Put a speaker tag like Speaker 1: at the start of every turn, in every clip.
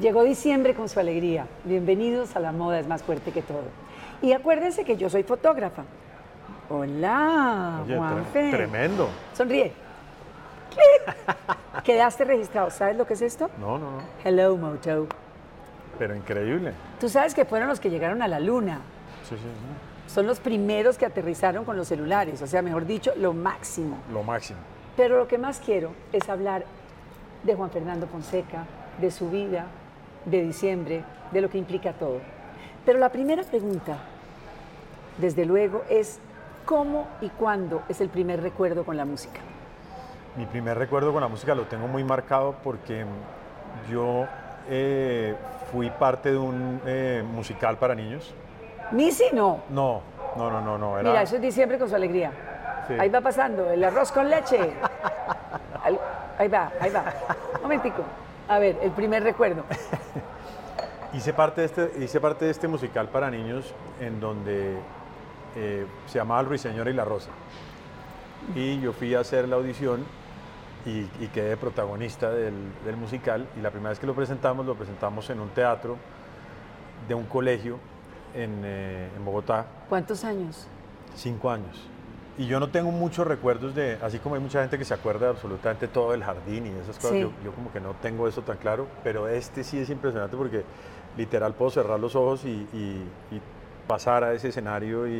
Speaker 1: Llegó diciembre con su alegría. Bienvenidos a La Moda es más fuerte que todo. Y acuérdense que yo soy fotógrafa. Hola,
Speaker 2: Oye, tre-
Speaker 1: Ah, Juanfe.
Speaker 2: tremendo.
Speaker 1: Sonríe. ¡Clic! Quedaste registrado. ¿Sabes lo que es esto?
Speaker 2: No, no, no.
Speaker 1: Hello, Moto.
Speaker 2: Pero increíble.
Speaker 1: Tú sabes que fueron los que llegaron a la luna.
Speaker 2: Sí, sí, sí.
Speaker 1: Son los primeros que aterrizaron con los celulares. O sea, mejor dicho, lo máximo.
Speaker 2: Lo máximo.
Speaker 1: Pero lo que más quiero es hablar de Juan Fernando Fonseca, de su vida, de diciembre, de lo que implica todo. Pero la primera pregunta, desde luego, es ¿cómo y cuándo es el primer recuerdo con la música?
Speaker 2: Mi primer recuerdo con la música lo tengo muy marcado porque yo eh, fui parte de un eh, musical para niños.
Speaker 1: Misi no.
Speaker 2: No, no, no, no, no. Era,
Speaker 1: Mira, eso es diciembre con su alegría.
Speaker 2: Sí.
Speaker 1: Ahí va pasando, el arroz con leche. Al- Ahí va, ahí va. Momentico. A ver, el primer recuerdo.
Speaker 2: hice, parte de este, hice parte de este musical para niños en donde eh, se llamaba El Ruiseñor y la Rosa. Y yo fui a hacer la audición y, y quedé protagonista del, del musical. Y la primera vez que lo presentamos, lo presentamos en un teatro de un colegio en, eh, en Bogotá,
Speaker 1: ¿Cuántos años?
Speaker 2: Cinco años. Y yo no tengo muchos recuerdos de, así como hay mucha gente que se acuerda de absolutamente todo del jardín y de esas cosas,
Speaker 1: Sí.
Speaker 2: yo, yo como que no tengo eso tan claro, pero este sí es impresionante porque literal puedo cerrar los ojos y, y- y pasar a ese escenario y,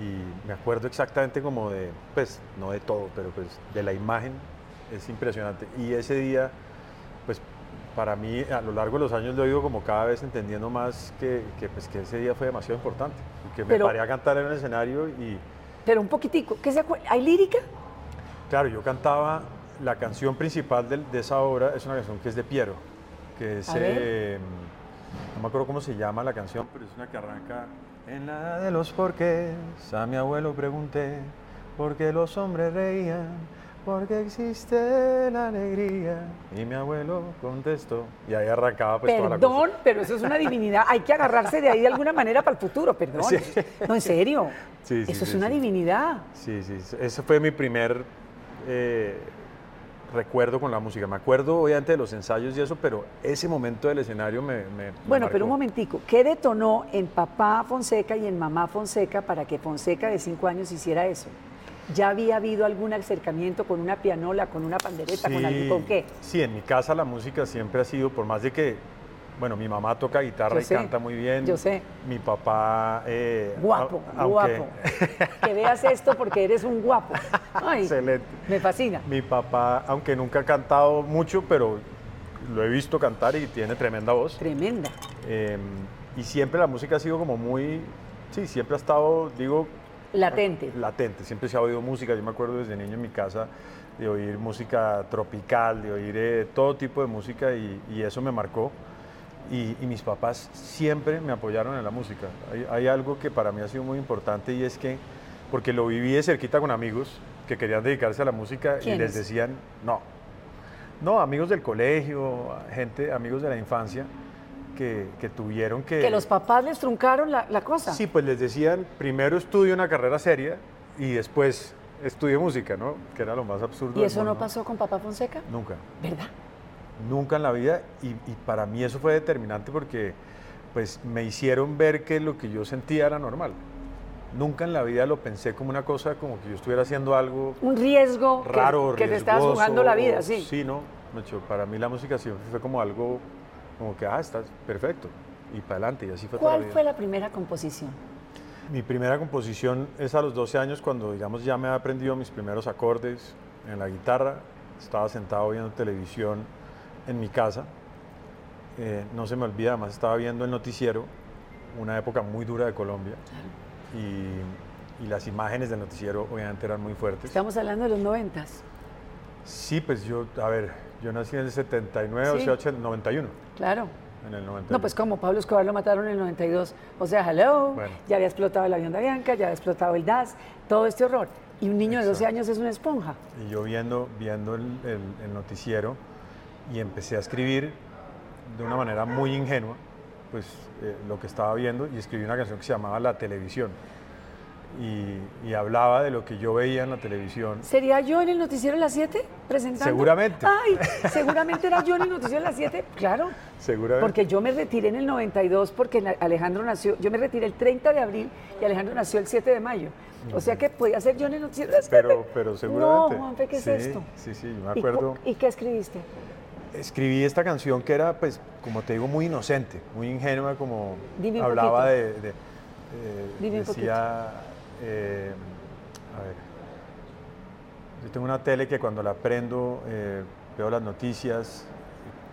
Speaker 2: y me acuerdo exactamente como de, pues no de todo, pero pues de la imagen, es impresionante. Y ese día, pues para mí a lo largo de los años lo he ido como cada vez entendiendo más que, que, pues, que ese día fue demasiado importante, y que me
Speaker 1: Pero-
Speaker 2: paré a cantar en el escenario y
Speaker 1: Pero un poquitico. ¿Qué se acuer- ¿Hay lírica?
Speaker 2: claro, yo cantaba la canción principal del- de, esa obra, es una canción que es de Piero, que es,
Speaker 1: A ver.
Speaker 2: eh, no me acuerdo cómo se llama la canción, pero es una que arranca en la edad de los porqués, a mi abuelo pregunté, por qué los hombres reían, porque existe la alegría, y mi abuelo contestó, y ahí arrancaba pues toda la cosa.
Speaker 1: Perdón, pero eso es una divinidad. Hay que agarrarse de ahí de alguna manera para el futuro, perdón.
Speaker 2: Sí.
Speaker 1: No, en serio.
Speaker 2: Sí, sí,
Speaker 1: eso es
Speaker 2: sí,
Speaker 1: una
Speaker 2: sí.
Speaker 1: divinidad.
Speaker 2: Sí, sí, sí. ese fue mi primer eh, recuerdo con la música. Me acuerdo obviamente de los ensayos y eso, pero ese momento del escenario me... me- me
Speaker 1: Bueno, pero
Speaker 2: marcó.
Speaker 1: un momentico. ¿Qué detonó en papá Fonseca y en mamá Fonseca para que Fonseca de cinco años hiciera eso? ¿Ya había habido algún acercamiento con una pianola, con una pandereta, con algo? ¿Con qué?
Speaker 2: Sí, en mi casa la música siempre ha sido, por más de que, bueno, mi mamá toca guitarra
Speaker 1: Yo
Speaker 2: y
Speaker 1: sé,
Speaker 2: canta muy bien.
Speaker 1: yo sé.
Speaker 2: Mi papá... eh,
Speaker 1: Guapo,
Speaker 2: a- aunque-
Speaker 1: guapo. Que veas esto porque eres un guapo. Ay,
Speaker 2: Excelente.
Speaker 1: Me fascina.
Speaker 2: Mi papá, aunque nunca ha cantado mucho, pero lo he visto cantar y tiene tremenda voz.
Speaker 1: Tremenda.
Speaker 2: Eh, y siempre la música ha sido como muy, sí, siempre ha estado, digo,
Speaker 1: Latente.
Speaker 2: latente. Siempre se ha oído música. Yo me acuerdo desde niño en mi casa de oír música tropical, de oír eh, todo tipo de música y, y eso me marcó. Y, y mis papás siempre me apoyaron en la música. Hay, hay algo que para mí ha sido muy importante y es que, porque lo viví de cerquita con amigos que querían dedicarse a la música y
Speaker 1: ¿Quiénes?
Speaker 2: les decían, no, no, amigos del colegio, gente, amigos de la infancia, que, que tuvieron que...
Speaker 1: Que los papás les truncaron la, la cosa.
Speaker 2: Sí, pues les decían, primero estudia una carrera seria y después estudia música, ¿no? Que era lo más absurdo.
Speaker 1: ¿Y
Speaker 2: del
Speaker 1: eso no
Speaker 2: mundo.
Speaker 1: pasó con papá Fonseca?
Speaker 2: Nunca,
Speaker 1: ¿Verdad?
Speaker 2: nunca en la vida. Y, y para mí eso fue determinante porque pues me hicieron ver que lo que yo sentía era normal. Nunca en la vida lo pensé como una cosa, como que yo estuviera haciendo algo
Speaker 1: Un riesgo que-
Speaker 2: raro,
Speaker 1: que, te estabas
Speaker 2: riesgoso,
Speaker 1: jugando la vida,
Speaker 2: o-
Speaker 1: sí.
Speaker 2: Sí, no, macho, para mí la música siempre fue como algo, como que, ah, estás perfecto, y para adelante, y así fue toda la
Speaker 1: ¿Cuál
Speaker 2: vida.
Speaker 1: fue la primera composición?
Speaker 2: Mi primera composición es a los 12 años cuando digamos ya me había aprendido mis primeros acordes en la guitarra, estaba sentado viendo televisión en mi casa, Eh, no se me olvida, además estaba viendo el noticiero, una época muy dura de Colombia y, y las imágenes del noticiero obviamente eran muy fuertes.
Speaker 1: Estamos hablando de los noventas,
Speaker 2: Sí, pues yo, a ver, yo nací en el 79,
Speaker 1: Sí.
Speaker 2: o sea, 80, 91,
Speaker 1: claro.
Speaker 2: en el 91.
Speaker 1: No, pues como Pablo Escobar lo mataron en el 92. O sea, hello,
Speaker 2: Bueno.
Speaker 1: ya había explotado el avión de Bianca, ya había explotado el DAS, todo este horror. Y un niño de 12
Speaker 2: Exacto.
Speaker 1: años es una esponja.
Speaker 2: Y yo viendo, viendo el, el- el noticiero y empecé a escribir de una manera muy ingenua pues eh, lo que estaba viendo y escribí una canción que se llamaba La Televisión. y, y hablaba de lo que yo veía en la televisión.
Speaker 1: ¿Sería yo en el noticiero a las 7 presentando?
Speaker 2: Seguramente.
Speaker 1: Ay, seguramente era yo en el noticiero a las 7, claro.
Speaker 2: Seguramente.
Speaker 1: Porque yo me retiré en el 92 porque na- Alejandro nació, yo me retiré el 30 de abril y Alejandro nació el 7 de mayo. O sea que podía ser yo en el noticiero a las 7.
Speaker 2: Pero, pero seguramente.
Speaker 1: No, Juanfe, ¿qué es
Speaker 2: Sí,
Speaker 1: esto?
Speaker 2: Sí, sí, yo me
Speaker 1: ¿Y cu-
Speaker 2: acuerdo.
Speaker 1: ¿Y, qué escribiste?
Speaker 2: Escribí esta canción que era, pues, como te digo, muy inocente, muy ingenua, como
Speaker 1: Dime un
Speaker 2: hablaba
Speaker 1: poquito.
Speaker 2: de... de- eh,
Speaker 1: Dime un
Speaker 2: decía, eh, a ver, yo tengo una tele que cuando la prendo eh, veo las noticias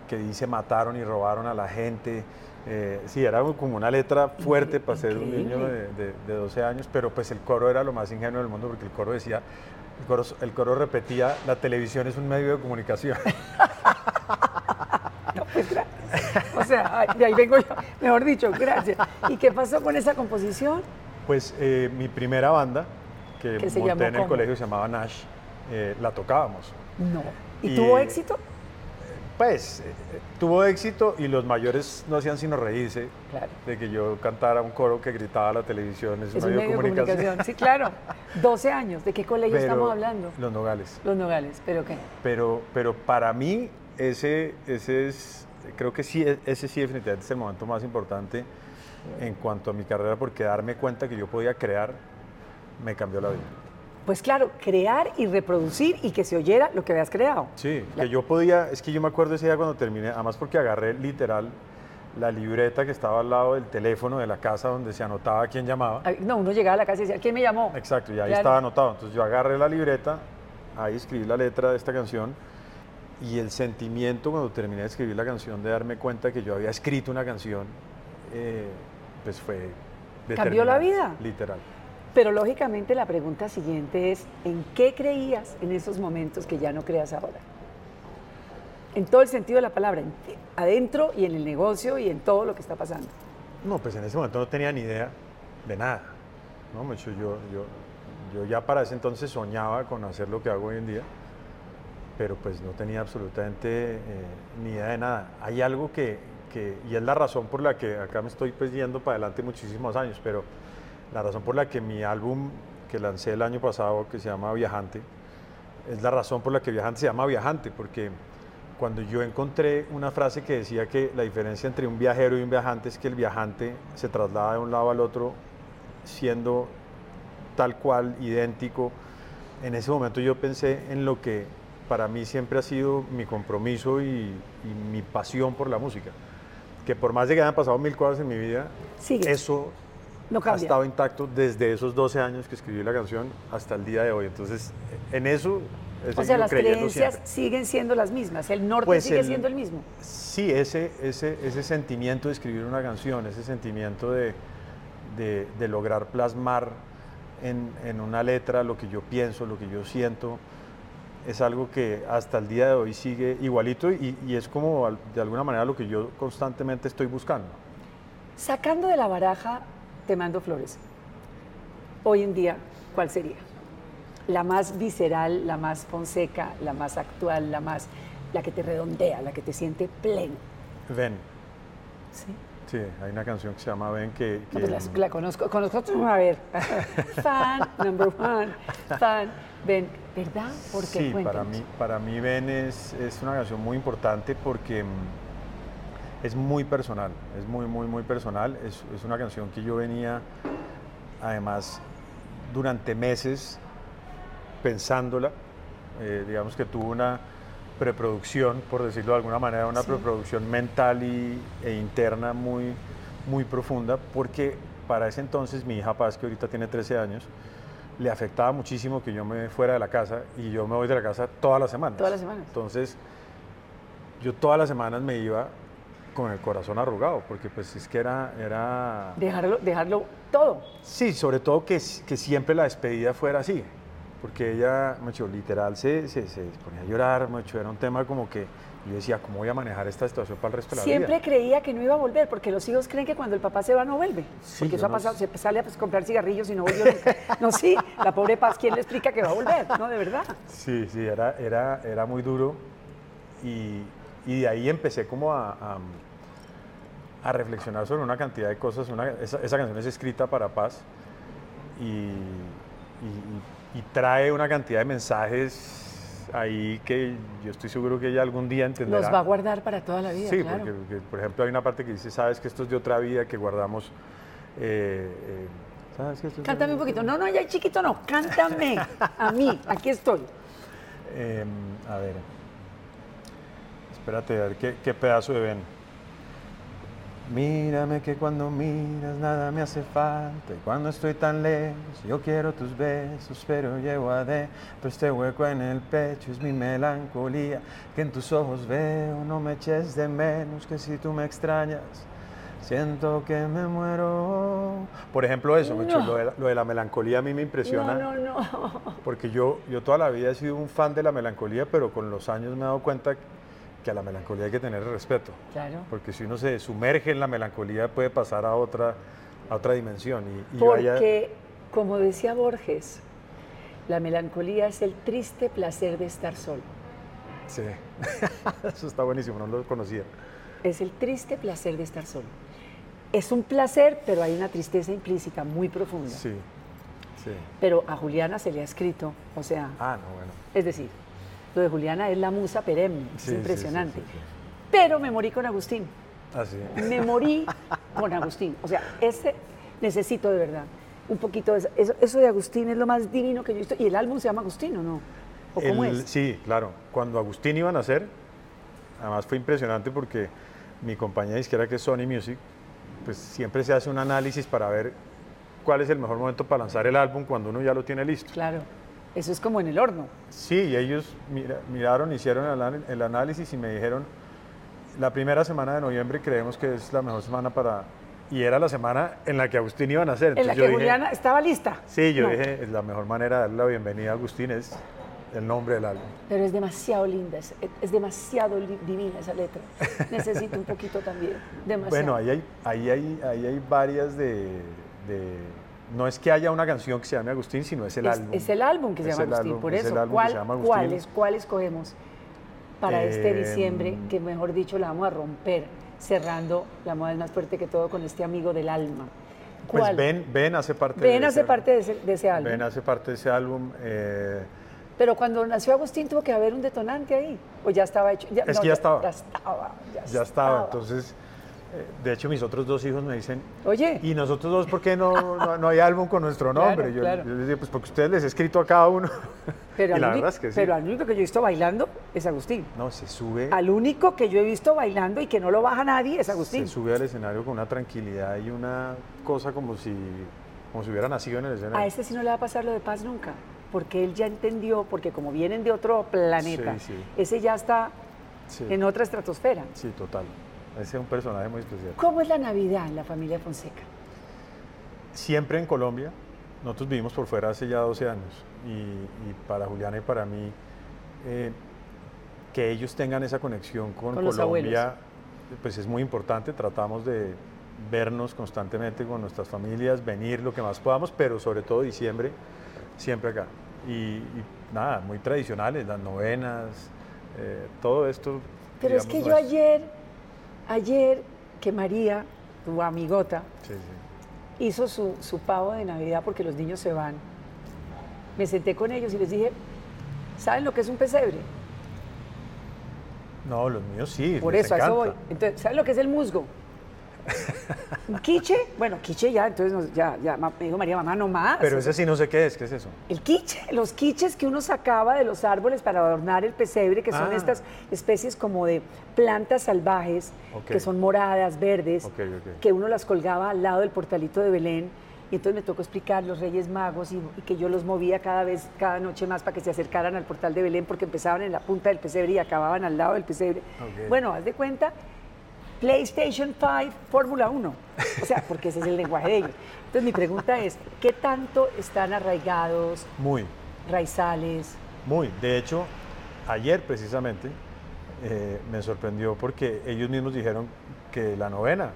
Speaker 2: que dice mataron y robaron a la gente. Eh, sí, era como una letra fuerte para ser un niño de, de- de 12 años, pero pues el coro era lo más ingenuo del mundo porque el coro decía, el coro, el coro repetía, la televisión es un medio de comunicación.
Speaker 1: pues, O sea, ay, de ahí vengo yo, mejor dicho, gracias. ¿Y qué pasó con esa composición?
Speaker 2: Pues eh, mi primera banda que,
Speaker 1: ¿Que se
Speaker 2: monté
Speaker 1: llamó
Speaker 2: en el
Speaker 1: cómo?
Speaker 2: colegio se llamaba Nash, eh, la tocábamos.
Speaker 1: No. ¿Y,
Speaker 2: Y-
Speaker 1: tuvo éxito?
Speaker 2: Pues eh, eh, tuvo éxito y los mayores no hacían sino reírse
Speaker 1: Claro.
Speaker 2: de que yo cantara un coro que gritaba a la televisión, es,
Speaker 1: Es un medio de comunicación. Sí, claro. 12 años. ¿De qué colegio
Speaker 2: Pero-
Speaker 1: estamos hablando?
Speaker 2: Los Nogales.
Speaker 1: Los Nogales. ¿Pero qué?
Speaker 2: Pero, pero para mí ese, ese es, creo que sí, e-, ese sí definitivamente es el momento más importante en cuanto a mi carrera porque darme cuenta que yo podía crear me cambió la vida.
Speaker 1: Pues claro, crear y reproducir y que se oyera lo que habías creado.
Speaker 2: Sí, que yo podía, es que yo me acuerdo ese día cuando terminé, además porque agarré literal la libreta que estaba al lado del teléfono de la casa donde se anotaba quién llamaba.
Speaker 1: Ay, No, uno llegaba a la casa y decía, ¿quién me llamó?
Speaker 2: Exacto, y ahí
Speaker 1: Claro.
Speaker 2: estaba anotado. Entonces yo agarré la libreta, ahí escribí la letra de esta canción y el sentimiento cuando terminé de escribir la canción, de darme cuenta que yo había escrito una canción, eh, pues fue...
Speaker 1: Cambió la
Speaker 2: determinante,
Speaker 1: vida.
Speaker 2: Literal.
Speaker 1: Pero lógicamente la pregunta siguiente es, ¿en qué creías en esos momentos que ya no creas ahora? En todo el sentido de la palabra, en- adentro y en el negocio y en todo lo que está pasando.
Speaker 2: No, pues en ese momento no tenía ni idea de nada. ¿no? De hecho, yo, yo, yo ya para ese entonces soñaba con hacer lo que hago hoy en día, pero pues no tenía absolutamente eh, ni idea de nada. Hay algo que, que- y es la razón por la que acá me estoy pues yendo para adelante muchísimos años, pero la razón por la que mi álbum que lancé el año pasado, que se llama Viajante, es la razón por la que Viajante se llama Viajante, porque cuando yo encontré una frase que decía que la diferencia entre un viajero y un viajante es que el viajante se traslada de un lado al otro siendo tal cual, idéntico, en ese momento yo pensé en lo que para mí siempre ha sido mi compromiso y, y mi pasión por la música, que por más de que hayan pasado mil cosas en mi vida,
Speaker 1: Sigue.
Speaker 2: eso
Speaker 1: No
Speaker 2: ha
Speaker 1: cambia.
Speaker 2: estado intacto desde esos 12 años que escribí la canción hasta el día de hoy. Entonces, en eso... he
Speaker 1: o sea,
Speaker 2: seguido
Speaker 1: las
Speaker 2: creyendo
Speaker 1: creencias
Speaker 2: siempre.
Speaker 1: siguen siendo las mismas, el norte
Speaker 2: Pues
Speaker 1: sigue
Speaker 2: el-
Speaker 1: siendo el mismo.
Speaker 2: Sí, ese, ese, ese sentimiento de escribir una canción, ese sentimiento de, de- de lograr plasmar en, en una letra lo que yo pienso, lo que yo siento, es algo que hasta el día de hoy sigue igualito y, y es como al- de alguna manera lo que yo constantemente estoy buscando.
Speaker 1: Sacando de la baraja, te mando flores. Hoy en día, ¿cuál sería? La más visceral, la más fonseca, la más actual, la más, la que te redondea, la que te siente pleno.
Speaker 2: Ven,
Speaker 1: ¿sí?
Speaker 2: sí, hay una canción que se llama Ven que...
Speaker 1: No,
Speaker 2: que-
Speaker 1: pues las- la, conozco, conozco tu- a ver. fan, number one, fan, ven, ¿verdad? Porque
Speaker 2: sí, para mí, para mí Ven es, es una canción muy importante porque mm, es muy personal, es muy, muy, muy personal. Es, es una canción que yo venía, además, durante meses pensándola. Eh, digamos que tuvo una preproducción, por decirlo de alguna manera, una preproducción mental y, e interna muy, muy profunda, porque para ese entonces mi hija Paz, que ahorita tiene 13 años, le afectaba muchísimo que yo me fuera de la casa y yo me voy de la casa todas las semanas.
Speaker 1: Todas las semanas.
Speaker 2: Entonces, yo todas las semanas me iba con el corazón arrugado, porque pues es que era... era...
Speaker 1: Dejarlo, dejarlo todo.
Speaker 2: Sí, sobre todo que, s- que siempre la despedida fuera así, porque ella, mucho, literal, se, se, se ponía a llorar, mucho, era un tema como que yo decía, ¿cómo voy a manejar esta situación para el resto de la
Speaker 1: Siempre
Speaker 2: vida?
Speaker 1: creía que no iba a volver, porque los hijos creen que cuando el papá se va no vuelve.
Speaker 2: Sí,
Speaker 1: porque
Speaker 2: yo
Speaker 1: eso ha
Speaker 2: no
Speaker 1: pasado,
Speaker 2: sé.
Speaker 1: se sale a pues, comprar cigarrillos y no volvió nunca. No, sí, la pobre Paz, ¿quién le explica que va a volver? No, de verdad.
Speaker 2: Sí, sí, era, era, era muy duro y, y de ahí empecé como a, a- a reflexionar sobre una cantidad de cosas. Una, esa, esa canción es escrita para paz y- y- y trae una cantidad de mensajes ahí que yo estoy seguro que ella algún día entenderá.
Speaker 1: Los va a guardar para toda la vida,
Speaker 2: Sí,
Speaker 1: claro.
Speaker 2: porque, porque, por ejemplo hay una parte que dice, sabes que esto es de otra vida que guardamos. eh, eh, ¿sabes que esto es de
Speaker 1: Cántame un
Speaker 2: otra vida?"
Speaker 1: poquito. No, no, ya chiquito no. Cántame a mí. Aquí estoy.
Speaker 2: Em, a ver. Espérate, a ver qué, qué pedazo de ven. Mírame que cuando miras nada me hace falta y cuando estoy tan lejos yo quiero tus besos pero llevo adentro este hueco en el pecho es mi melancolía que en tus ojos veo no me eches de menos que si tú me extrañas siento que me muero por ejemplo eso Mechu,
Speaker 1: No.
Speaker 2: lo, de la, lo de la melancolía a mí me impresiona
Speaker 1: No, no, no.
Speaker 2: porque yo, yo toda la vida he sido un fan de la melancolía, pero con los años me he dado cuenta que a la melancolía hay que tener respeto.
Speaker 1: Claro.
Speaker 2: Porque si uno se sumerge en la melancolía puede pasar a otra, a otra dimensión. Y, y yo allá-
Speaker 1: Porque, como decía Borges, la melancolía es el triste placer de estar solo.
Speaker 2: Sí. Eso está buenísimo, no lo conocía.
Speaker 1: Es el triste placer de estar solo. Es un placer, pero hay una tristeza implícita muy profunda.
Speaker 2: Sí. sí.
Speaker 1: Pero a Juliana se le ha escrito, o sea,
Speaker 2: Ah, no, bueno.
Speaker 1: es decir, lo de Juliana es la musa perenne,
Speaker 2: Sí, sí,
Speaker 1: es impresionante.
Speaker 2: sí, sí, sí.
Speaker 1: Pero me morí con Agustín,
Speaker 2: Ah, sí.
Speaker 1: me morí con Agustín. O sea, ese necesito de verdad un poquito de esa- eso, eso de Agustín es lo más divino que yo he visto. ¿Y el álbum se llama Agustín o no? ¿O cómo
Speaker 2: El-
Speaker 1: es?
Speaker 2: Sí, claro. Cuando Agustín iba a nacer, además fue impresionante porque mi compañía disquera que es Sony Music, pues siempre se hace un análisis para ver cuál es el mejor momento para lanzar el álbum cuando uno ya lo tiene listo.
Speaker 1: Claro, eso es como en el horno.
Speaker 2: Sí, y ellos mira- miraron, hicieron el, ana- el análisis y me dijeron, la primera semana de noviembre creemos que es la mejor semana para... Y era la semana en la que Agustín iba a nacer.
Speaker 1: En la
Speaker 2: Entonces
Speaker 1: que
Speaker 2: yo dije,
Speaker 1: Juliana estaba lista.
Speaker 2: Sí, yo
Speaker 1: No,
Speaker 2: dije, la mejor manera de darle la bienvenida a Agustín es el nombre del álbum.
Speaker 1: Pero es demasiado linda, es, es demasiado li- divina esa letra. Necesito un poquito también. Demasiado.
Speaker 2: Bueno, ahí hay, ahí hay, ahí hay varias de, de- No es que haya una canción que se llame Agustín, sino es el
Speaker 1: es,
Speaker 2: álbum.
Speaker 1: es el álbum que se
Speaker 2: Es
Speaker 1: llama
Speaker 2: el
Speaker 1: Agustín,
Speaker 2: álbum-
Speaker 1: por
Speaker 2: es
Speaker 1: eso.
Speaker 2: el álbum que
Speaker 1: ¿Cuál,
Speaker 2: se llama Agustín.
Speaker 1: ¿Cuáles cuáles cogemos para este
Speaker 2: Eh,
Speaker 1: diciembre? Que mejor dicho, la vamos a romper, cerrando La Moda es Más Fuerte que Todo con este amigo del alma.
Speaker 2: Pues eh,
Speaker 1: ¿Cuál?
Speaker 2: Ben, Ben hace parte
Speaker 1: Ben
Speaker 2: de
Speaker 1: hace
Speaker 2: ese-
Speaker 1: parte de ese, de ese álbum.
Speaker 2: Ben hace parte de ese álbum. eh,
Speaker 1: Pero cuando nació Agustín tuvo que haber un detonante ahí. O ya estaba hecho.
Speaker 2: Es
Speaker 1: no,
Speaker 2: que ya estaba.
Speaker 1: Ya estaba. Ya,
Speaker 2: ya estaba. Entonces, eh, de hecho, mis otros dos hijos me dicen.
Speaker 1: Oye.
Speaker 2: ¿Y nosotros dos por qué no, no, no hay álbum con nuestro
Speaker 1: Claro,
Speaker 2: nombre? Yo-
Speaker 1: claro.
Speaker 2: yo, les digo, pues porque ustedes les he escrito a cada uno.
Speaker 1: Pero,
Speaker 2: y
Speaker 1: al
Speaker 2: la
Speaker 1: único-
Speaker 2: verdad es que sí.
Speaker 1: pero al único que yo he visto bailando es Agustín.
Speaker 2: No, se sube.
Speaker 1: Al único que yo he visto bailando y que no lo baja nadie es Agustín.
Speaker 2: Se sube al escenario con una tranquilidad y una cosa como si, como si hubiera nacido en el escenario.
Speaker 1: A este sí no le va a pasar lo de paz nunca, porque él ya entendió, porque como vienen de otro planeta,
Speaker 2: Sí, sí.
Speaker 1: ese ya está
Speaker 2: Sí.
Speaker 1: en otra estratosfera.
Speaker 2: Sí, total. Ese es un personaje muy especial.
Speaker 1: ¿Cómo es la Navidad en la familia Fonseca?
Speaker 2: Siempre en Colombia, nosotros vivimos por fuera hace ya 12 años y, y para Juliana y para mí, eh, que ellos tengan esa conexión con,
Speaker 1: Con los
Speaker 2: Colombia, pues es muy importante. Tratamos de vernos constantemente con nuestras familias, venir lo que más podamos, pero sobre todo diciembre, siempre acá. Y, y nada, muy tradicionales, las novenas, eh, todo esto.
Speaker 1: Pero es
Speaker 2: digamos,
Speaker 1: que
Speaker 2: no
Speaker 1: yo ayer, ayer que María, tu amigota,
Speaker 2: Sí, sí.
Speaker 1: hizo su, su pavo de Navidad porque los niños se van. Me senté con ellos y les dije, ¿saben lo que es un pesebre?
Speaker 2: No, los míos sí.
Speaker 1: Por
Speaker 2: les
Speaker 1: eso, a eso voy.
Speaker 2: encanta.
Speaker 1: Entonces, ¿saben lo que es el musgo? ¿Un quiche? Bueno, quiche ya, entonces nos- ya, ya, ma- me dijo María, mamá, no más.
Speaker 2: Pero ese sí no sé qué es, ¿qué es eso?
Speaker 1: El quiche, los quiches que uno sacaba de los árboles para adornar el pesebre, que son
Speaker 2: Ah.
Speaker 1: estas especies como de plantas salvajes,
Speaker 2: Ok.
Speaker 1: que son moradas, verdes,
Speaker 2: Ok, ok.
Speaker 1: que uno las colgaba al lado del portalito de Belén. Y entonces me tocó explicar los Reyes Magos y, y que yo los movía cada vez, cada noche más para que se acercaran al portal de Belén, porque empezaban en la punta del pesebre y acababan al lado del pesebre.
Speaker 2: Ok.
Speaker 1: Bueno, haz de cuenta, PlayStation 5, Fórmula 1. O sea, porque ese es el lenguaje de ellos. Entonces mi pregunta es, ¿qué tanto están arraigados
Speaker 2: Muy,
Speaker 1: raizales?
Speaker 2: muy. De hecho, ayer precisamente eh, me sorprendió porque ellos mismos dijeron que la novena.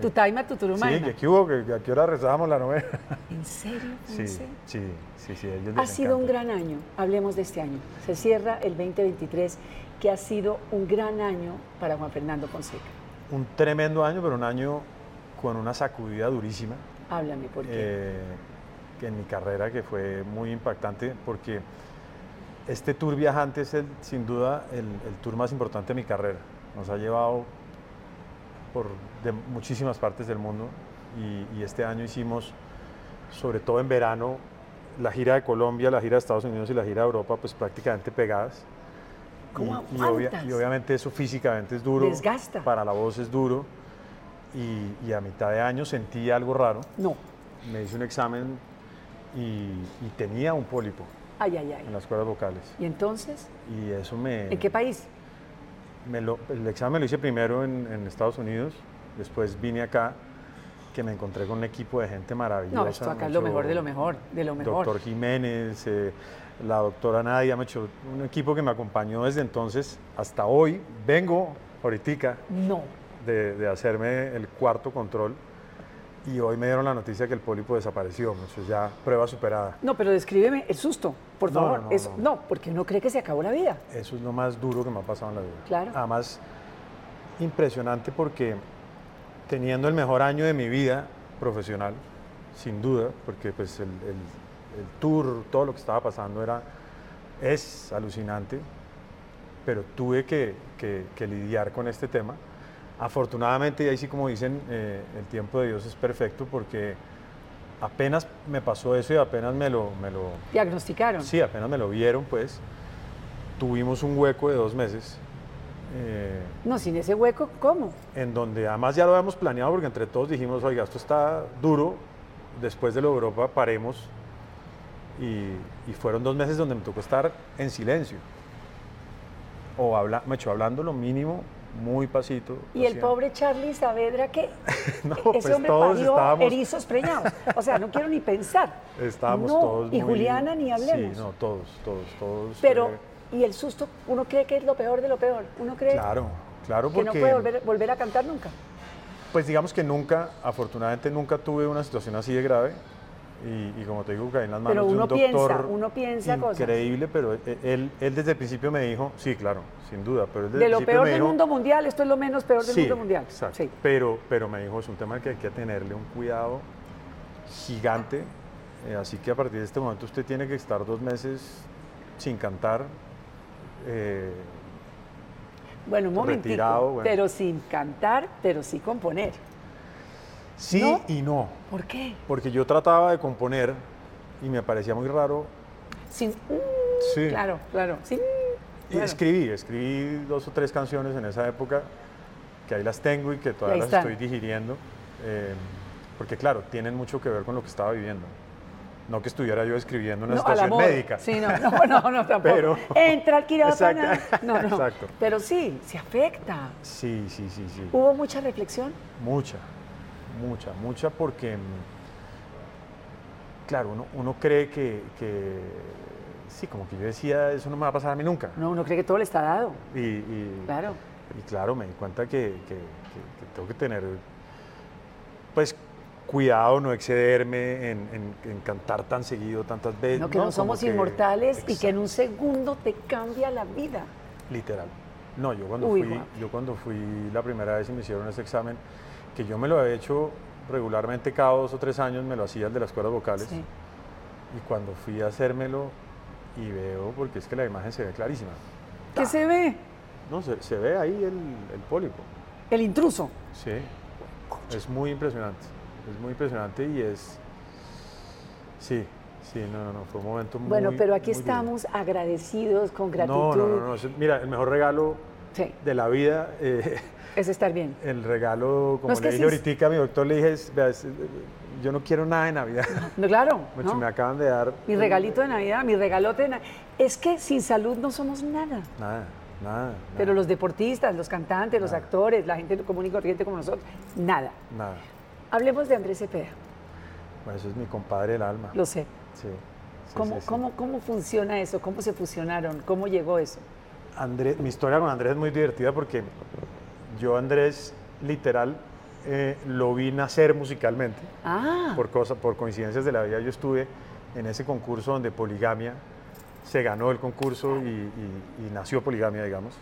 Speaker 1: Tutaima,
Speaker 2: Sí,
Speaker 1: tuturumaima.
Speaker 2: que aquí hubo, que, que a qué hora rezábamos la novena.
Speaker 1: ¿En serio?
Speaker 2: Sí,
Speaker 1: Ponce?
Speaker 2: sí, sí, sí, a ellos
Speaker 1: Ha
Speaker 2: les
Speaker 1: sido un
Speaker 2: encanta.
Speaker 1: gran año, hablemos de este año. Se cierra el 2023, que ha sido un gran año para Juan Fernando Fonseca.
Speaker 2: Un tremendo año, pero un año con una sacudida durísima.
Speaker 1: Háblame, porque
Speaker 2: Eh, que en mi carrera que fue muy impactante porque este tour viajante es el, sin duda el, el tour más importante de mi carrera. Nos ha llevado por de muchísimas partes del mundo y, y este año hicimos, sobre todo en verano, la gira de Colombia, la gira de Estados Unidos y la gira de Europa, pues prácticamente pegadas.
Speaker 1: ¿Cómo
Speaker 2: y, y
Speaker 1: aguantas?
Speaker 2: obvia- y obviamente eso físicamente es duro.
Speaker 1: Desgasta.
Speaker 2: Para la voz es duro. Y, y a mitad de año sentí algo raro.
Speaker 1: No.
Speaker 2: Me hice un examen y, y tenía un pólipo
Speaker 1: Ay, ay, ay.
Speaker 2: en las cuerdas vocales.
Speaker 1: ¿Y entonces?
Speaker 2: Y eso me...
Speaker 1: ¿En qué país?
Speaker 2: me lo- el examen me lo hice primero en, en Estados Unidos, después vine acá, que me encontré con un equipo de gente maravillosa.
Speaker 1: No, esto acá es lo
Speaker 2: mucho
Speaker 1: mejor de lo mejor, de lo mejor.
Speaker 2: Doctor Jiménez, eh, la doctora Nadia, me echó un equipo que me acompañó desde entonces hasta hoy. Vengo ahorita
Speaker 1: No.
Speaker 2: de, de hacerme el cuarto control y hoy me dieron la noticia que el pólipo desapareció. Eso ya prueba superada.
Speaker 1: No, pero descríbeme el susto, por
Speaker 2: No,
Speaker 1: favor.
Speaker 2: no,
Speaker 1: No,
Speaker 2: no,
Speaker 1: eso,
Speaker 2: no.
Speaker 1: no. porque uno cree que se acabó la vida.
Speaker 2: Eso es lo más duro que me ha pasado en la vida.
Speaker 1: Claro.
Speaker 2: Además, impresionante porque teniendo el mejor año de mi vida profesional, sin duda, porque pues el, el- el tour, todo lo que estaba pasando era, es alucinante, pero tuve que, que- que lidiar con este tema. Afortunadamente, y ahí sí como dicen, eh, el tiempo de Dios es perfecto porque apenas me pasó eso y apenas me lo- me lo,
Speaker 1: Diagnosticaron.
Speaker 2: Sí, apenas me lo vieron, pues. Tuvimos un hueco de dos meses, eh,
Speaker 1: No, sin ese hueco, ¿cómo?
Speaker 2: en donde además ya lo habíamos planeado porque entre todos dijimos, oiga, esto está duro, después de lo de Europa paremos. Y, y fueron dos meses donde me tocó estar en silencio. O habla, me echó hablando lo mínimo, muy pasito. lo
Speaker 1: Y el
Speaker 2: hacía.
Speaker 1: pobre Charlie Saavedra, que
Speaker 2: No,
Speaker 1: ese
Speaker 2: pues
Speaker 1: hombre
Speaker 2: todos
Speaker 1: parió
Speaker 2: estábamos-
Speaker 1: erizos preñados. O sea, no quiero ni pensar.
Speaker 2: Estábamos
Speaker 1: No,
Speaker 2: todos
Speaker 1: Y
Speaker 2: muy-
Speaker 1: Juliana ni hablemos.
Speaker 2: Sí, no, todos, todos, todos.
Speaker 1: pero,
Speaker 2: eh,
Speaker 1: y el susto, uno cree que es lo peor de lo peor. Uno cree
Speaker 2: claro, claro,
Speaker 1: que
Speaker 2: porque...
Speaker 1: no puede volver, volver a cantar nunca.
Speaker 2: Pues digamos que nunca, afortunadamente nunca tuve una situación así de grave. Y, y como te digo, caí en las manos
Speaker 1: Pero
Speaker 2: de un
Speaker 1: uno
Speaker 2: doctor
Speaker 1: piensa, uno piensa cosas.
Speaker 2: increíble, pero e- él, él desde el principio me dijo, sí, claro, sin duda, pero él desde
Speaker 1: De
Speaker 2: el
Speaker 1: lo
Speaker 2: principio
Speaker 1: peor
Speaker 2: me
Speaker 1: del
Speaker 2: dijo,
Speaker 1: mundo mundial, esto es lo menos peor del
Speaker 2: sí,
Speaker 1: mundo mundial.
Speaker 2: Exacto.
Speaker 1: Sí.
Speaker 2: Pero, pero me dijo, es un tema que hay que tenerle un cuidado gigante, eh, así que a partir de este momento usted tiene que estar dos meses sin cantar, eh,
Speaker 1: Bueno, un momentico.
Speaker 2: Retirado, bueno.
Speaker 1: Pero sin cantar, pero sí componer.
Speaker 2: sí
Speaker 1: ¿No?
Speaker 2: y no.
Speaker 1: ¿Por qué?
Speaker 2: Porque yo trataba de componer y me parecía muy raro.
Speaker 1: Sin,
Speaker 2: Sí.
Speaker 1: Claro, claro. Sin,
Speaker 2: Y
Speaker 1: claro.
Speaker 2: escribí, escribí dos o tres canciones en esa época, que ahí las tengo y que
Speaker 1: Ahí
Speaker 2: todavía las
Speaker 1: están.
Speaker 2: estoy digiriendo. eh, porque claro, tienen mucho que ver con lo que estaba viviendo. No que estuviera yo escribiendo en una
Speaker 1: No, a la
Speaker 2: estación
Speaker 1: moda.
Speaker 2: médica.
Speaker 1: Sí, no, no, no, no, tampoco.
Speaker 2: Pero-
Speaker 1: Entra al quirófano.
Speaker 2: Exacto.
Speaker 1: No, no.
Speaker 2: Exacto.
Speaker 1: Pero sí, se afecta.
Speaker 2: Sí, sí, sí, sí.
Speaker 1: ¿Hubo mucha reflexión?
Speaker 2: Mucha, mucha, mucha porque, mm, claro, uno, uno cree que, que, sí, como que yo decía, eso no me va a pasar a mí nunca.
Speaker 1: No, uno cree que todo le está dado.
Speaker 2: Y, y-
Speaker 1: Claro.
Speaker 2: Y claro, me di cuenta que, que- que- que tengo que tener, pues, cuidado, no excederme en, en- en cantar tan seguido tantas veces.
Speaker 1: No, que no,
Speaker 2: Eh, Como
Speaker 1: somos
Speaker 2: que-
Speaker 1: inmortales y que en
Speaker 2: Exacto,
Speaker 1: un segundo te cambia la vida.
Speaker 2: Literal. No, yo cuando,
Speaker 1: Uy,
Speaker 2: fui,
Speaker 1: guau.
Speaker 2: yo cuando fui la primera vez y me hicieron ese examen, que yo me lo había hecho regularmente cada dos o tres años, me lo hacía el de las cuerdas vocales.
Speaker 1: Sí.
Speaker 2: Y cuando fui a hacérmelo y veo, porque es que la imagen se ve clarísima,
Speaker 1: ¿Qué se ve?
Speaker 2: no, se, se ve ahí el- el pólipo.
Speaker 1: El intruso.
Speaker 2: Sí, es muy impresionante, es muy impresionante y es... Sí, sí, no, no, no, fue un momento muy...
Speaker 1: Bueno, pero aquí
Speaker 2: muy duro.
Speaker 1: estamos agradecidos, con gratitud.
Speaker 2: No, no, no, no, eso- mira, el mejor regalo
Speaker 1: Sí,
Speaker 2: de la vida, eh,
Speaker 1: es estar bien.
Speaker 2: el regalo, como
Speaker 1: es Pues que
Speaker 2: le dije
Speaker 1: sí es-
Speaker 2: ahorita a mi doctor, le dije, es, vea, es- yo no quiero nada de Navidad,
Speaker 1: No, claro.
Speaker 2: Mucho,
Speaker 1: ¿no?
Speaker 2: me acaban de dar...
Speaker 1: Mi regalito de Navidad, mi regalote de Navidad. Es que sin salud no somos nada.
Speaker 2: Nada, nada, nada,
Speaker 1: Pero los deportistas, los cantantes, los
Speaker 2: Nada.
Speaker 1: actores, la gente común y corriente como nosotros, nada.
Speaker 2: nada.
Speaker 1: Hablemos de Andrés Cepeda,
Speaker 2: Bueno, eso es mi compadre del alma.
Speaker 1: lo sé.
Speaker 2: Sí, sí,
Speaker 1: ¿Cómo,
Speaker 2: sí, sí.
Speaker 1: cómo, ¿Cómo funciona eso? ¿Cómo se fusionaron? ¿Cómo llegó eso?
Speaker 2: Andrés, mi historia con Andrés es muy divertida porque yo a Andrés literal eh, lo vi nacer musicalmente
Speaker 1: Ah,
Speaker 2: por cosa, por coincidencias de la vida. Yo estuve en ese concurso donde Poligamia se ganó el concurso y, y- y nació Poligamia, digamos.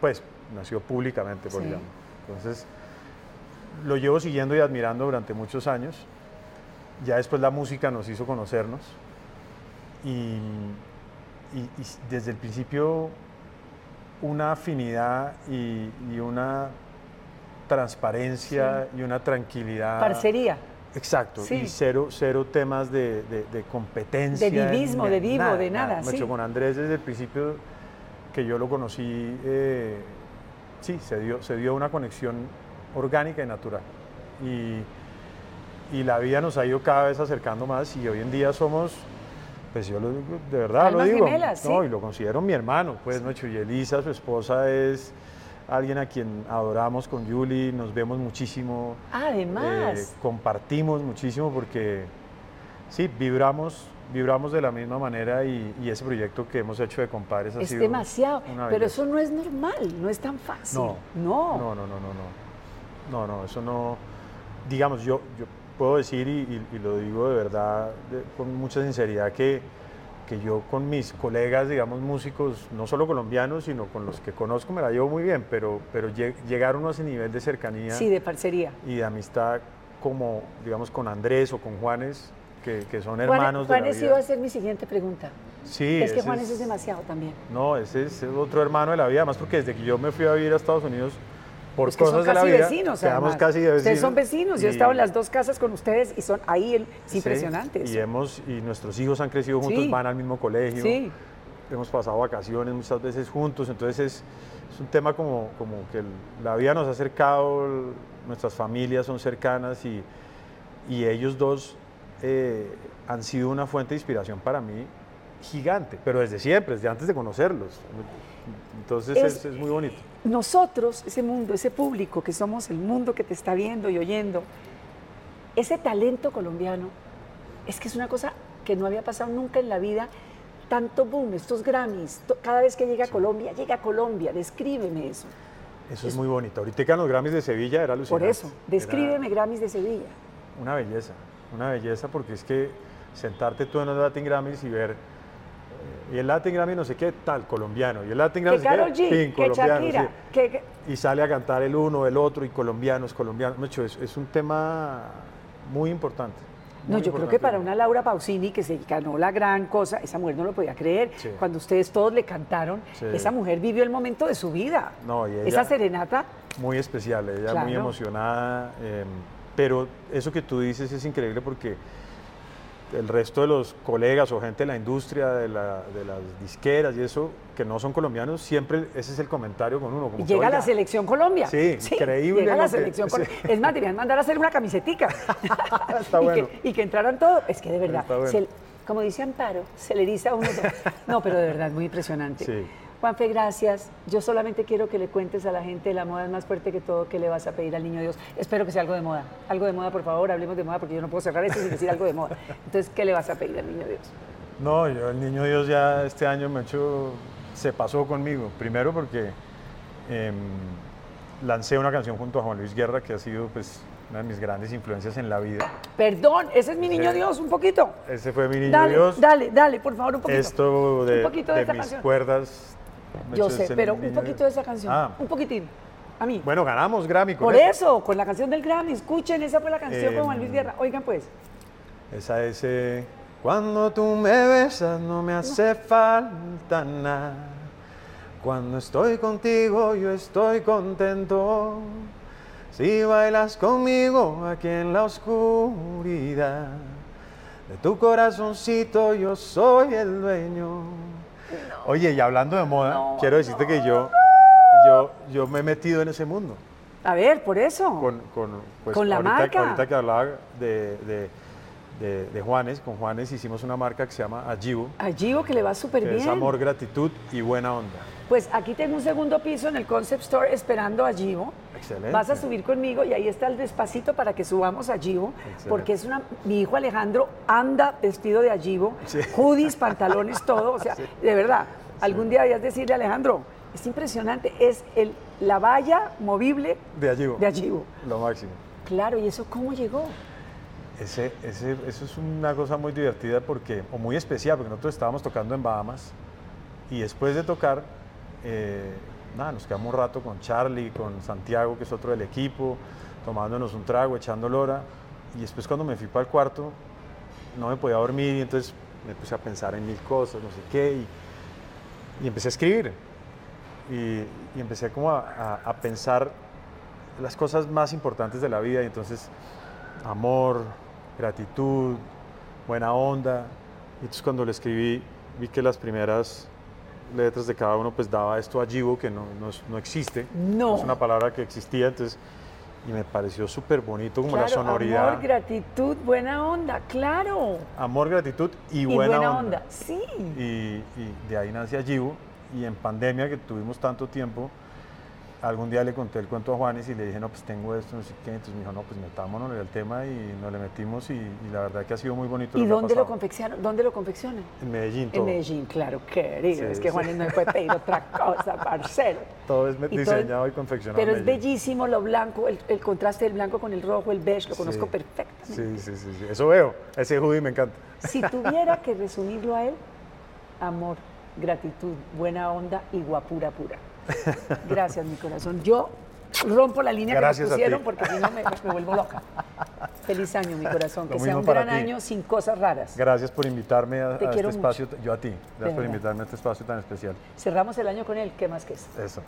Speaker 2: Pues nació públicamente
Speaker 1: Sí.
Speaker 2: Poligamia. Entonces lo llevo siguiendo y admirando durante muchos años ya después la música nos hizo conocernos y, y- y s- desde el principio una afinidad y, y una transparencia y una tranquilidad.
Speaker 1: Parcería.
Speaker 2: Exacto,
Speaker 1: Sí.
Speaker 2: y cero, cero temas de, de- de competencia.
Speaker 1: De divismo,
Speaker 2: ni-
Speaker 1: de divo, de nada,
Speaker 2: Macho,
Speaker 1: sí.
Speaker 2: Con Andrés desde el principio que yo lo conocí, eh, sí, se dio, se dio una conexión orgánica y natural. Y, y la vida nos ha ido cada vez acercando más y hoy en día somos, pues yo lo, de verdad
Speaker 1: Almas
Speaker 2: lo digo,
Speaker 1: gemelas,
Speaker 2: no,
Speaker 1: sí.
Speaker 2: y lo considero mi hermano, pues no, y Elisa, su esposa es alguien a quien adoramos con Julie, nos vemos muchísimo,
Speaker 1: Además,
Speaker 2: eh, compartimos muchísimo porque sí, vibramos, vibramos de la misma manera y, y ese proyecto que hemos hecho de compadres ha
Speaker 1: es
Speaker 2: sido
Speaker 1: demasiado.
Speaker 2: una
Speaker 1: Pero
Speaker 2: belleza.
Speaker 1: eso no es normal, no es tan fácil.
Speaker 2: No,
Speaker 1: No.
Speaker 2: No, no, no, no, no. No, no, eso no. Digamos, yo, yo puedo decir, y, y- y lo digo de verdad de- con mucha sinceridad, que, que yo con mis colegas, digamos, músicos, no solo colombianos, sino con los que conozco, me la llevo muy bien, pero, pero lle- llegar uno a ese nivel de cercanía
Speaker 1: Sí, de parcería.
Speaker 2: y de amistad como, digamos, con Andrés o con Juanes, que, que son
Speaker 1: Juan-
Speaker 2: hermanos
Speaker 1: Juanes
Speaker 2: de la
Speaker 1: iba a
Speaker 2: vida.
Speaker 1: ser mi siguiente pregunta.
Speaker 2: Sí,
Speaker 1: es que
Speaker 2: ese
Speaker 1: Juanes es...
Speaker 2: es-
Speaker 1: demasiado también.
Speaker 2: no, ese es otro hermano de la vida, además porque desde que yo me fui a vivir a Estados Unidos, por
Speaker 1: Es que
Speaker 2: cosas
Speaker 1: son
Speaker 2: de la
Speaker 1: casi
Speaker 2: vida,
Speaker 1: vecinos,
Speaker 2: quedamos
Speaker 1: además.
Speaker 2: casi de vecinos.
Speaker 1: Ustedes son vecinos. Yo he estado
Speaker 2: y-
Speaker 1: en las dos casas con ustedes y son ahí el- es
Speaker 2: sí,
Speaker 1: impresionante.
Speaker 2: Y,
Speaker 1: eso.
Speaker 2: hemos, y nuestros hijos han crecido juntos,
Speaker 1: Sí.
Speaker 2: van al mismo colegio,
Speaker 1: Sí.
Speaker 2: hemos pasado vacaciones muchas veces juntos, entonces es, es un tema como, como que el- la vida nos ha acercado, el- nuestras familias son cercanas y, y ellos dos eh, han sido una fuente de inspiración para mí gigante, pero desde siempre, desde antes de conocerlos. Entonces
Speaker 1: Es-
Speaker 2: es- es muy bonito.
Speaker 1: Nosotros, ese mundo, ese público que somos, el mundo que te está viendo y oyendo, ese talento colombiano, es que es una cosa que no había pasado nunca en la vida. Tanto boom, estos Grammys, to- cada vez que llega a Colombia, llega a Colombia, descríbeme eso.
Speaker 2: Eso es muy bonito. Ahorita en los Grammys de Sevilla era
Speaker 1: Por
Speaker 2: alucinante.
Speaker 1: eso,
Speaker 2: Era
Speaker 1: descríbeme Grammys de Sevilla.
Speaker 2: Una belleza, una belleza porque es que sentarte tú en los Latin Grammys y ver eh, y el Latin Grammy no sé qué tal colombiano y el Latin Grammy
Speaker 1: Que
Speaker 2: no sé
Speaker 1: Karol
Speaker 2: qué,
Speaker 1: G,
Speaker 2: pin,
Speaker 1: que
Speaker 2: colombiano,
Speaker 1: Shakira,
Speaker 2: sí.
Speaker 1: que... que-
Speaker 2: y sale a cantar el uno, el otro y colombianos, colombianos. Macho, es, es un tema muy importante.
Speaker 1: No,
Speaker 2: muy
Speaker 1: yo creo que
Speaker 2: importante.
Speaker 1: para una Laura Pausini que se ganó la gran cosa, esa mujer no lo podía creer.
Speaker 2: Sí.
Speaker 1: Cuando ustedes todos le cantaron,
Speaker 2: Sí.
Speaker 1: esa mujer vivió el momento de su vida.
Speaker 2: No, y ella-
Speaker 1: Esa serenata
Speaker 2: muy especial, ella muy
Speaker 1: Claro.
Speaker 2: emocionada, eh, pero eso que tú dices es increíble porque el resto de los colegas o gente de la industria, de, la- de las disqueras y eso, que no son colombianos, siempre ese es el comentario con uno. Como
Speaker 1: Y
Speaker 2: que,
Speaker 1: llega
Speaker 2: "Oiga,
Speaker 1: la selección Colombia.
Speaker 2: Sí, increíble
Speaker 1: Llega la
Speaker 2: lo que-
Speaker 1: selección
Speaker 2: sí.
Speaker 1: Colombia. Es más, debían mandar a hacer una camisetica.
Speaker 2: Está
Speaker 1: y,
Speaker 2: bueno.
Speaker 1: que, y que entraran todos. Es que de verdad,
Speaker 2: Está bueno.
Speaker 1: se- como dice Amparo, se le eriza a uno. todo. No, pero de verdad, es muy impresionante.
Speaker 2: Sí.
Speaker 1: Juanfe, gracias. Yo solamente quiero que le cuentes a la gente, la moda es más fuerte que todo, que le vas a pedir al niño Dios. Espero que sea algo de moda. Algo de moda, por favor, hablemos de moda, porque yo no puedo cerrar esto sin decir algo de moda. Entonces, ¿qué le vas a pedir al niño Dios?
Speaker 2: No, yo el niño Dios ya este año me ha hecho, se pasó conmigo. Primero porque em, lancé una canción junto a Juan Luis Guerra, que ha sido pues, una de mis grandes influencias en la vida.
Speaker 1: Perdón, ese es mi niño
Speaker 2: Sí.
Speaker 1: Dios, un poquito.
Speaker 2: Ese fue mi niño
Speaker 1: dale,
Speaker 2: Dios.
Speaker 1: dale, dale, por favor, un poquito.
Speaker 2: Esto de,
Speaker 1: Un poquito de
Speaker 2: de
Speaker 1: esta
Speaker 2: mis
Speaker 1: canción.
Speaker 2: cuerdas. me
Speaker 1: Yo
Speaker 2: echó
Speaker 1: sé,
Speaker 2: ese
Speaker 1: pero
Speaker 2: niño
Speaker 1: un poquito de esa canción.
Speaker 2: Ah,
Speaker 1: Un poquitín. A mí.
Speaker 2: bueno, ganamos Grammy con
Speaker 1: Por
Speaker 2: esa.
Speaker 1: eso, con la canción del Grammy, escuchen, esa fue la canción con Juan Luis
Speaker 2: Em,
Speaker 1: Guerra. Oigan pues,
Speaker 2: Esa es eh, Cuando tú me besas no me hace falta nada. Cuando estoy contigo yo estoy contento. Si bailas conmigo aquí en la oscuridad. De tu corazoncito yo soy el dueño. Oye, y hablando de moda, quiero decirte que yo, yo, yo me he metido en ese mundo
Speaker 1: a ver, por eso.
Speaker 2: con, con, pues,
Speaker 1: Con la
Speaker 2: ahorita,
Speaker 1: marca.
Speaker 2: ahorita que hablaba de, de- de- de Juanes, con Juanes hicimos una marca que se llama Ajivo,
Speaker 1: A Gigo que le va
Speaker 2: que
Speaker 1: súper bien.
Speaker 2: es amor, gratitud y buena onda.
Speaker 1: Pues aquí tengo un segundo piso en el Concept Store esperando a Givo.
Speaker 2: Excelente.
Speaker 1: Vas a subir conmigo y ahí está el despacito para que subamos a Givo,
Speaker 2: Excelente.
Speaker 1: porque es una. Mi hijo Alejandro anda vestido de a Givo, hoodies, pantalones, todo. O sea, de verdad, algún día debías decirle, Alejandro, es impresionante, es el, la valla movible
Speaker 2: De Ajivo.
Speaker 1: de a Givo.
Speaker 2: Lo máximo.
Speaker 1: Claro, ¿y eso cómo llegó?
Speaker 2: Ese, ese- eso es una cosa muy divertida porque, o muy especial, porque nosotros estábamos tocando en Bahamas y después de tocar, eh, nada, nos quedamos un rato con Charlie, con Santiago, que es otro del equipo, tomándonos un trago, echando lora. Y después cuando me fui para el cuarto, no me podía dormir y entonces me puse a pensar en mil cosas, no sé qué, y, y empecé a escribir. Y, y empecé como a, a- a pensar las cosas más importantes de la vida y entonces amor, gratitud, buena onda. Y entonces cuando lo escribí vi que las primeras letras de cada uno pues daba esto allí que no, no es- no existe.
Speaker 1: No.
Speaker 2: Es una palabra que existía entonces y me pareció súper bonito como la
Speaker 1: Claro,
Speaker 2: sonoridad.
Speaker 1: Amor, gratitud, buena onda, claro.
Speaker 2: Amor, gratitud y,
Speaker 1: Y
Speaker 2: buena,
Speaker 1: buena,
Speaker 2: onda.
Speaker 1: onda. sí.
Speaker 2: Y, y de ahí nace Allí y en pandemia que tuvimos tanto tiempo, algún día le conté el cuento a Juanes y le dije, no, pues tengo esto, no sé qué, entonces me dijo, no, pues metámonos en el tema y nos le metimos y, y la verdad que ha sido muy bonito.
Speaker 1: ¿Y
Speaker 2: que ha
Speaker 1: dónde lo
Speaker 2: pasado.
Speaker 1: confeccionan? ¿Dónde lo confeccionan?
Speaker 2: En Medellín todo.
Speaker 1: En Medellín, claro, querido.
Speaker 2: Sí,
Speaker 1: es que
Speaker 2: sí.
Speaker 1: Juanes no me puede pedir otra cosa, parcero.
Speaker 2: Todo es me-
Speaker 1: Y todo-
Speaker 2: diseñado y confeccionado.
Speaker 1: Pero
Speaker 2: en
Speaker 1: es
Speaker 2: Medellín.
Speaker 1: bellísimo lo blanco, el, el contraste del blanco con el rojo, el beige, lo conozco
Speaker 2: Sí.
Speaker 1: perfectamente.
Speaker 2: Sí, sí, sí, sí, eso veo. Ese Judy me encanta.
Speaker 1: Si tuviera que resumirlo a él, amor, gratitud, buena onda y guapura pura. Gracias, mi corazón. Yo rompo la línea
Speaker 2: Gracias
Speaker 1: que nos
Speaker 2: a ti.
Speaker 1: pusieron porque si no me, me vuelvo loca. Feliz año, mi corazón.
Speaker 2: Lo
Speaker 1: que sea
Speaker 2: mismo
Speaker 1: un
Speaker 2: para
Speaker 1: gran
Speaker 2: ti.
Speaker 1: año sin cosas raras.
Speaker 2: Gracias por invitarme a,
Speaker 1: Te
Speaker 2: a este
Speaker 1: quiero mucho.
Speaker 2: espacio, yo a ti, gracias por
Speaker 1: verdad.
Speaker 2: invitarme a este espacio tan especial.
Speaker 1: Cerramos el año con él, ¿qué más que es?
Speaker 2: Eso.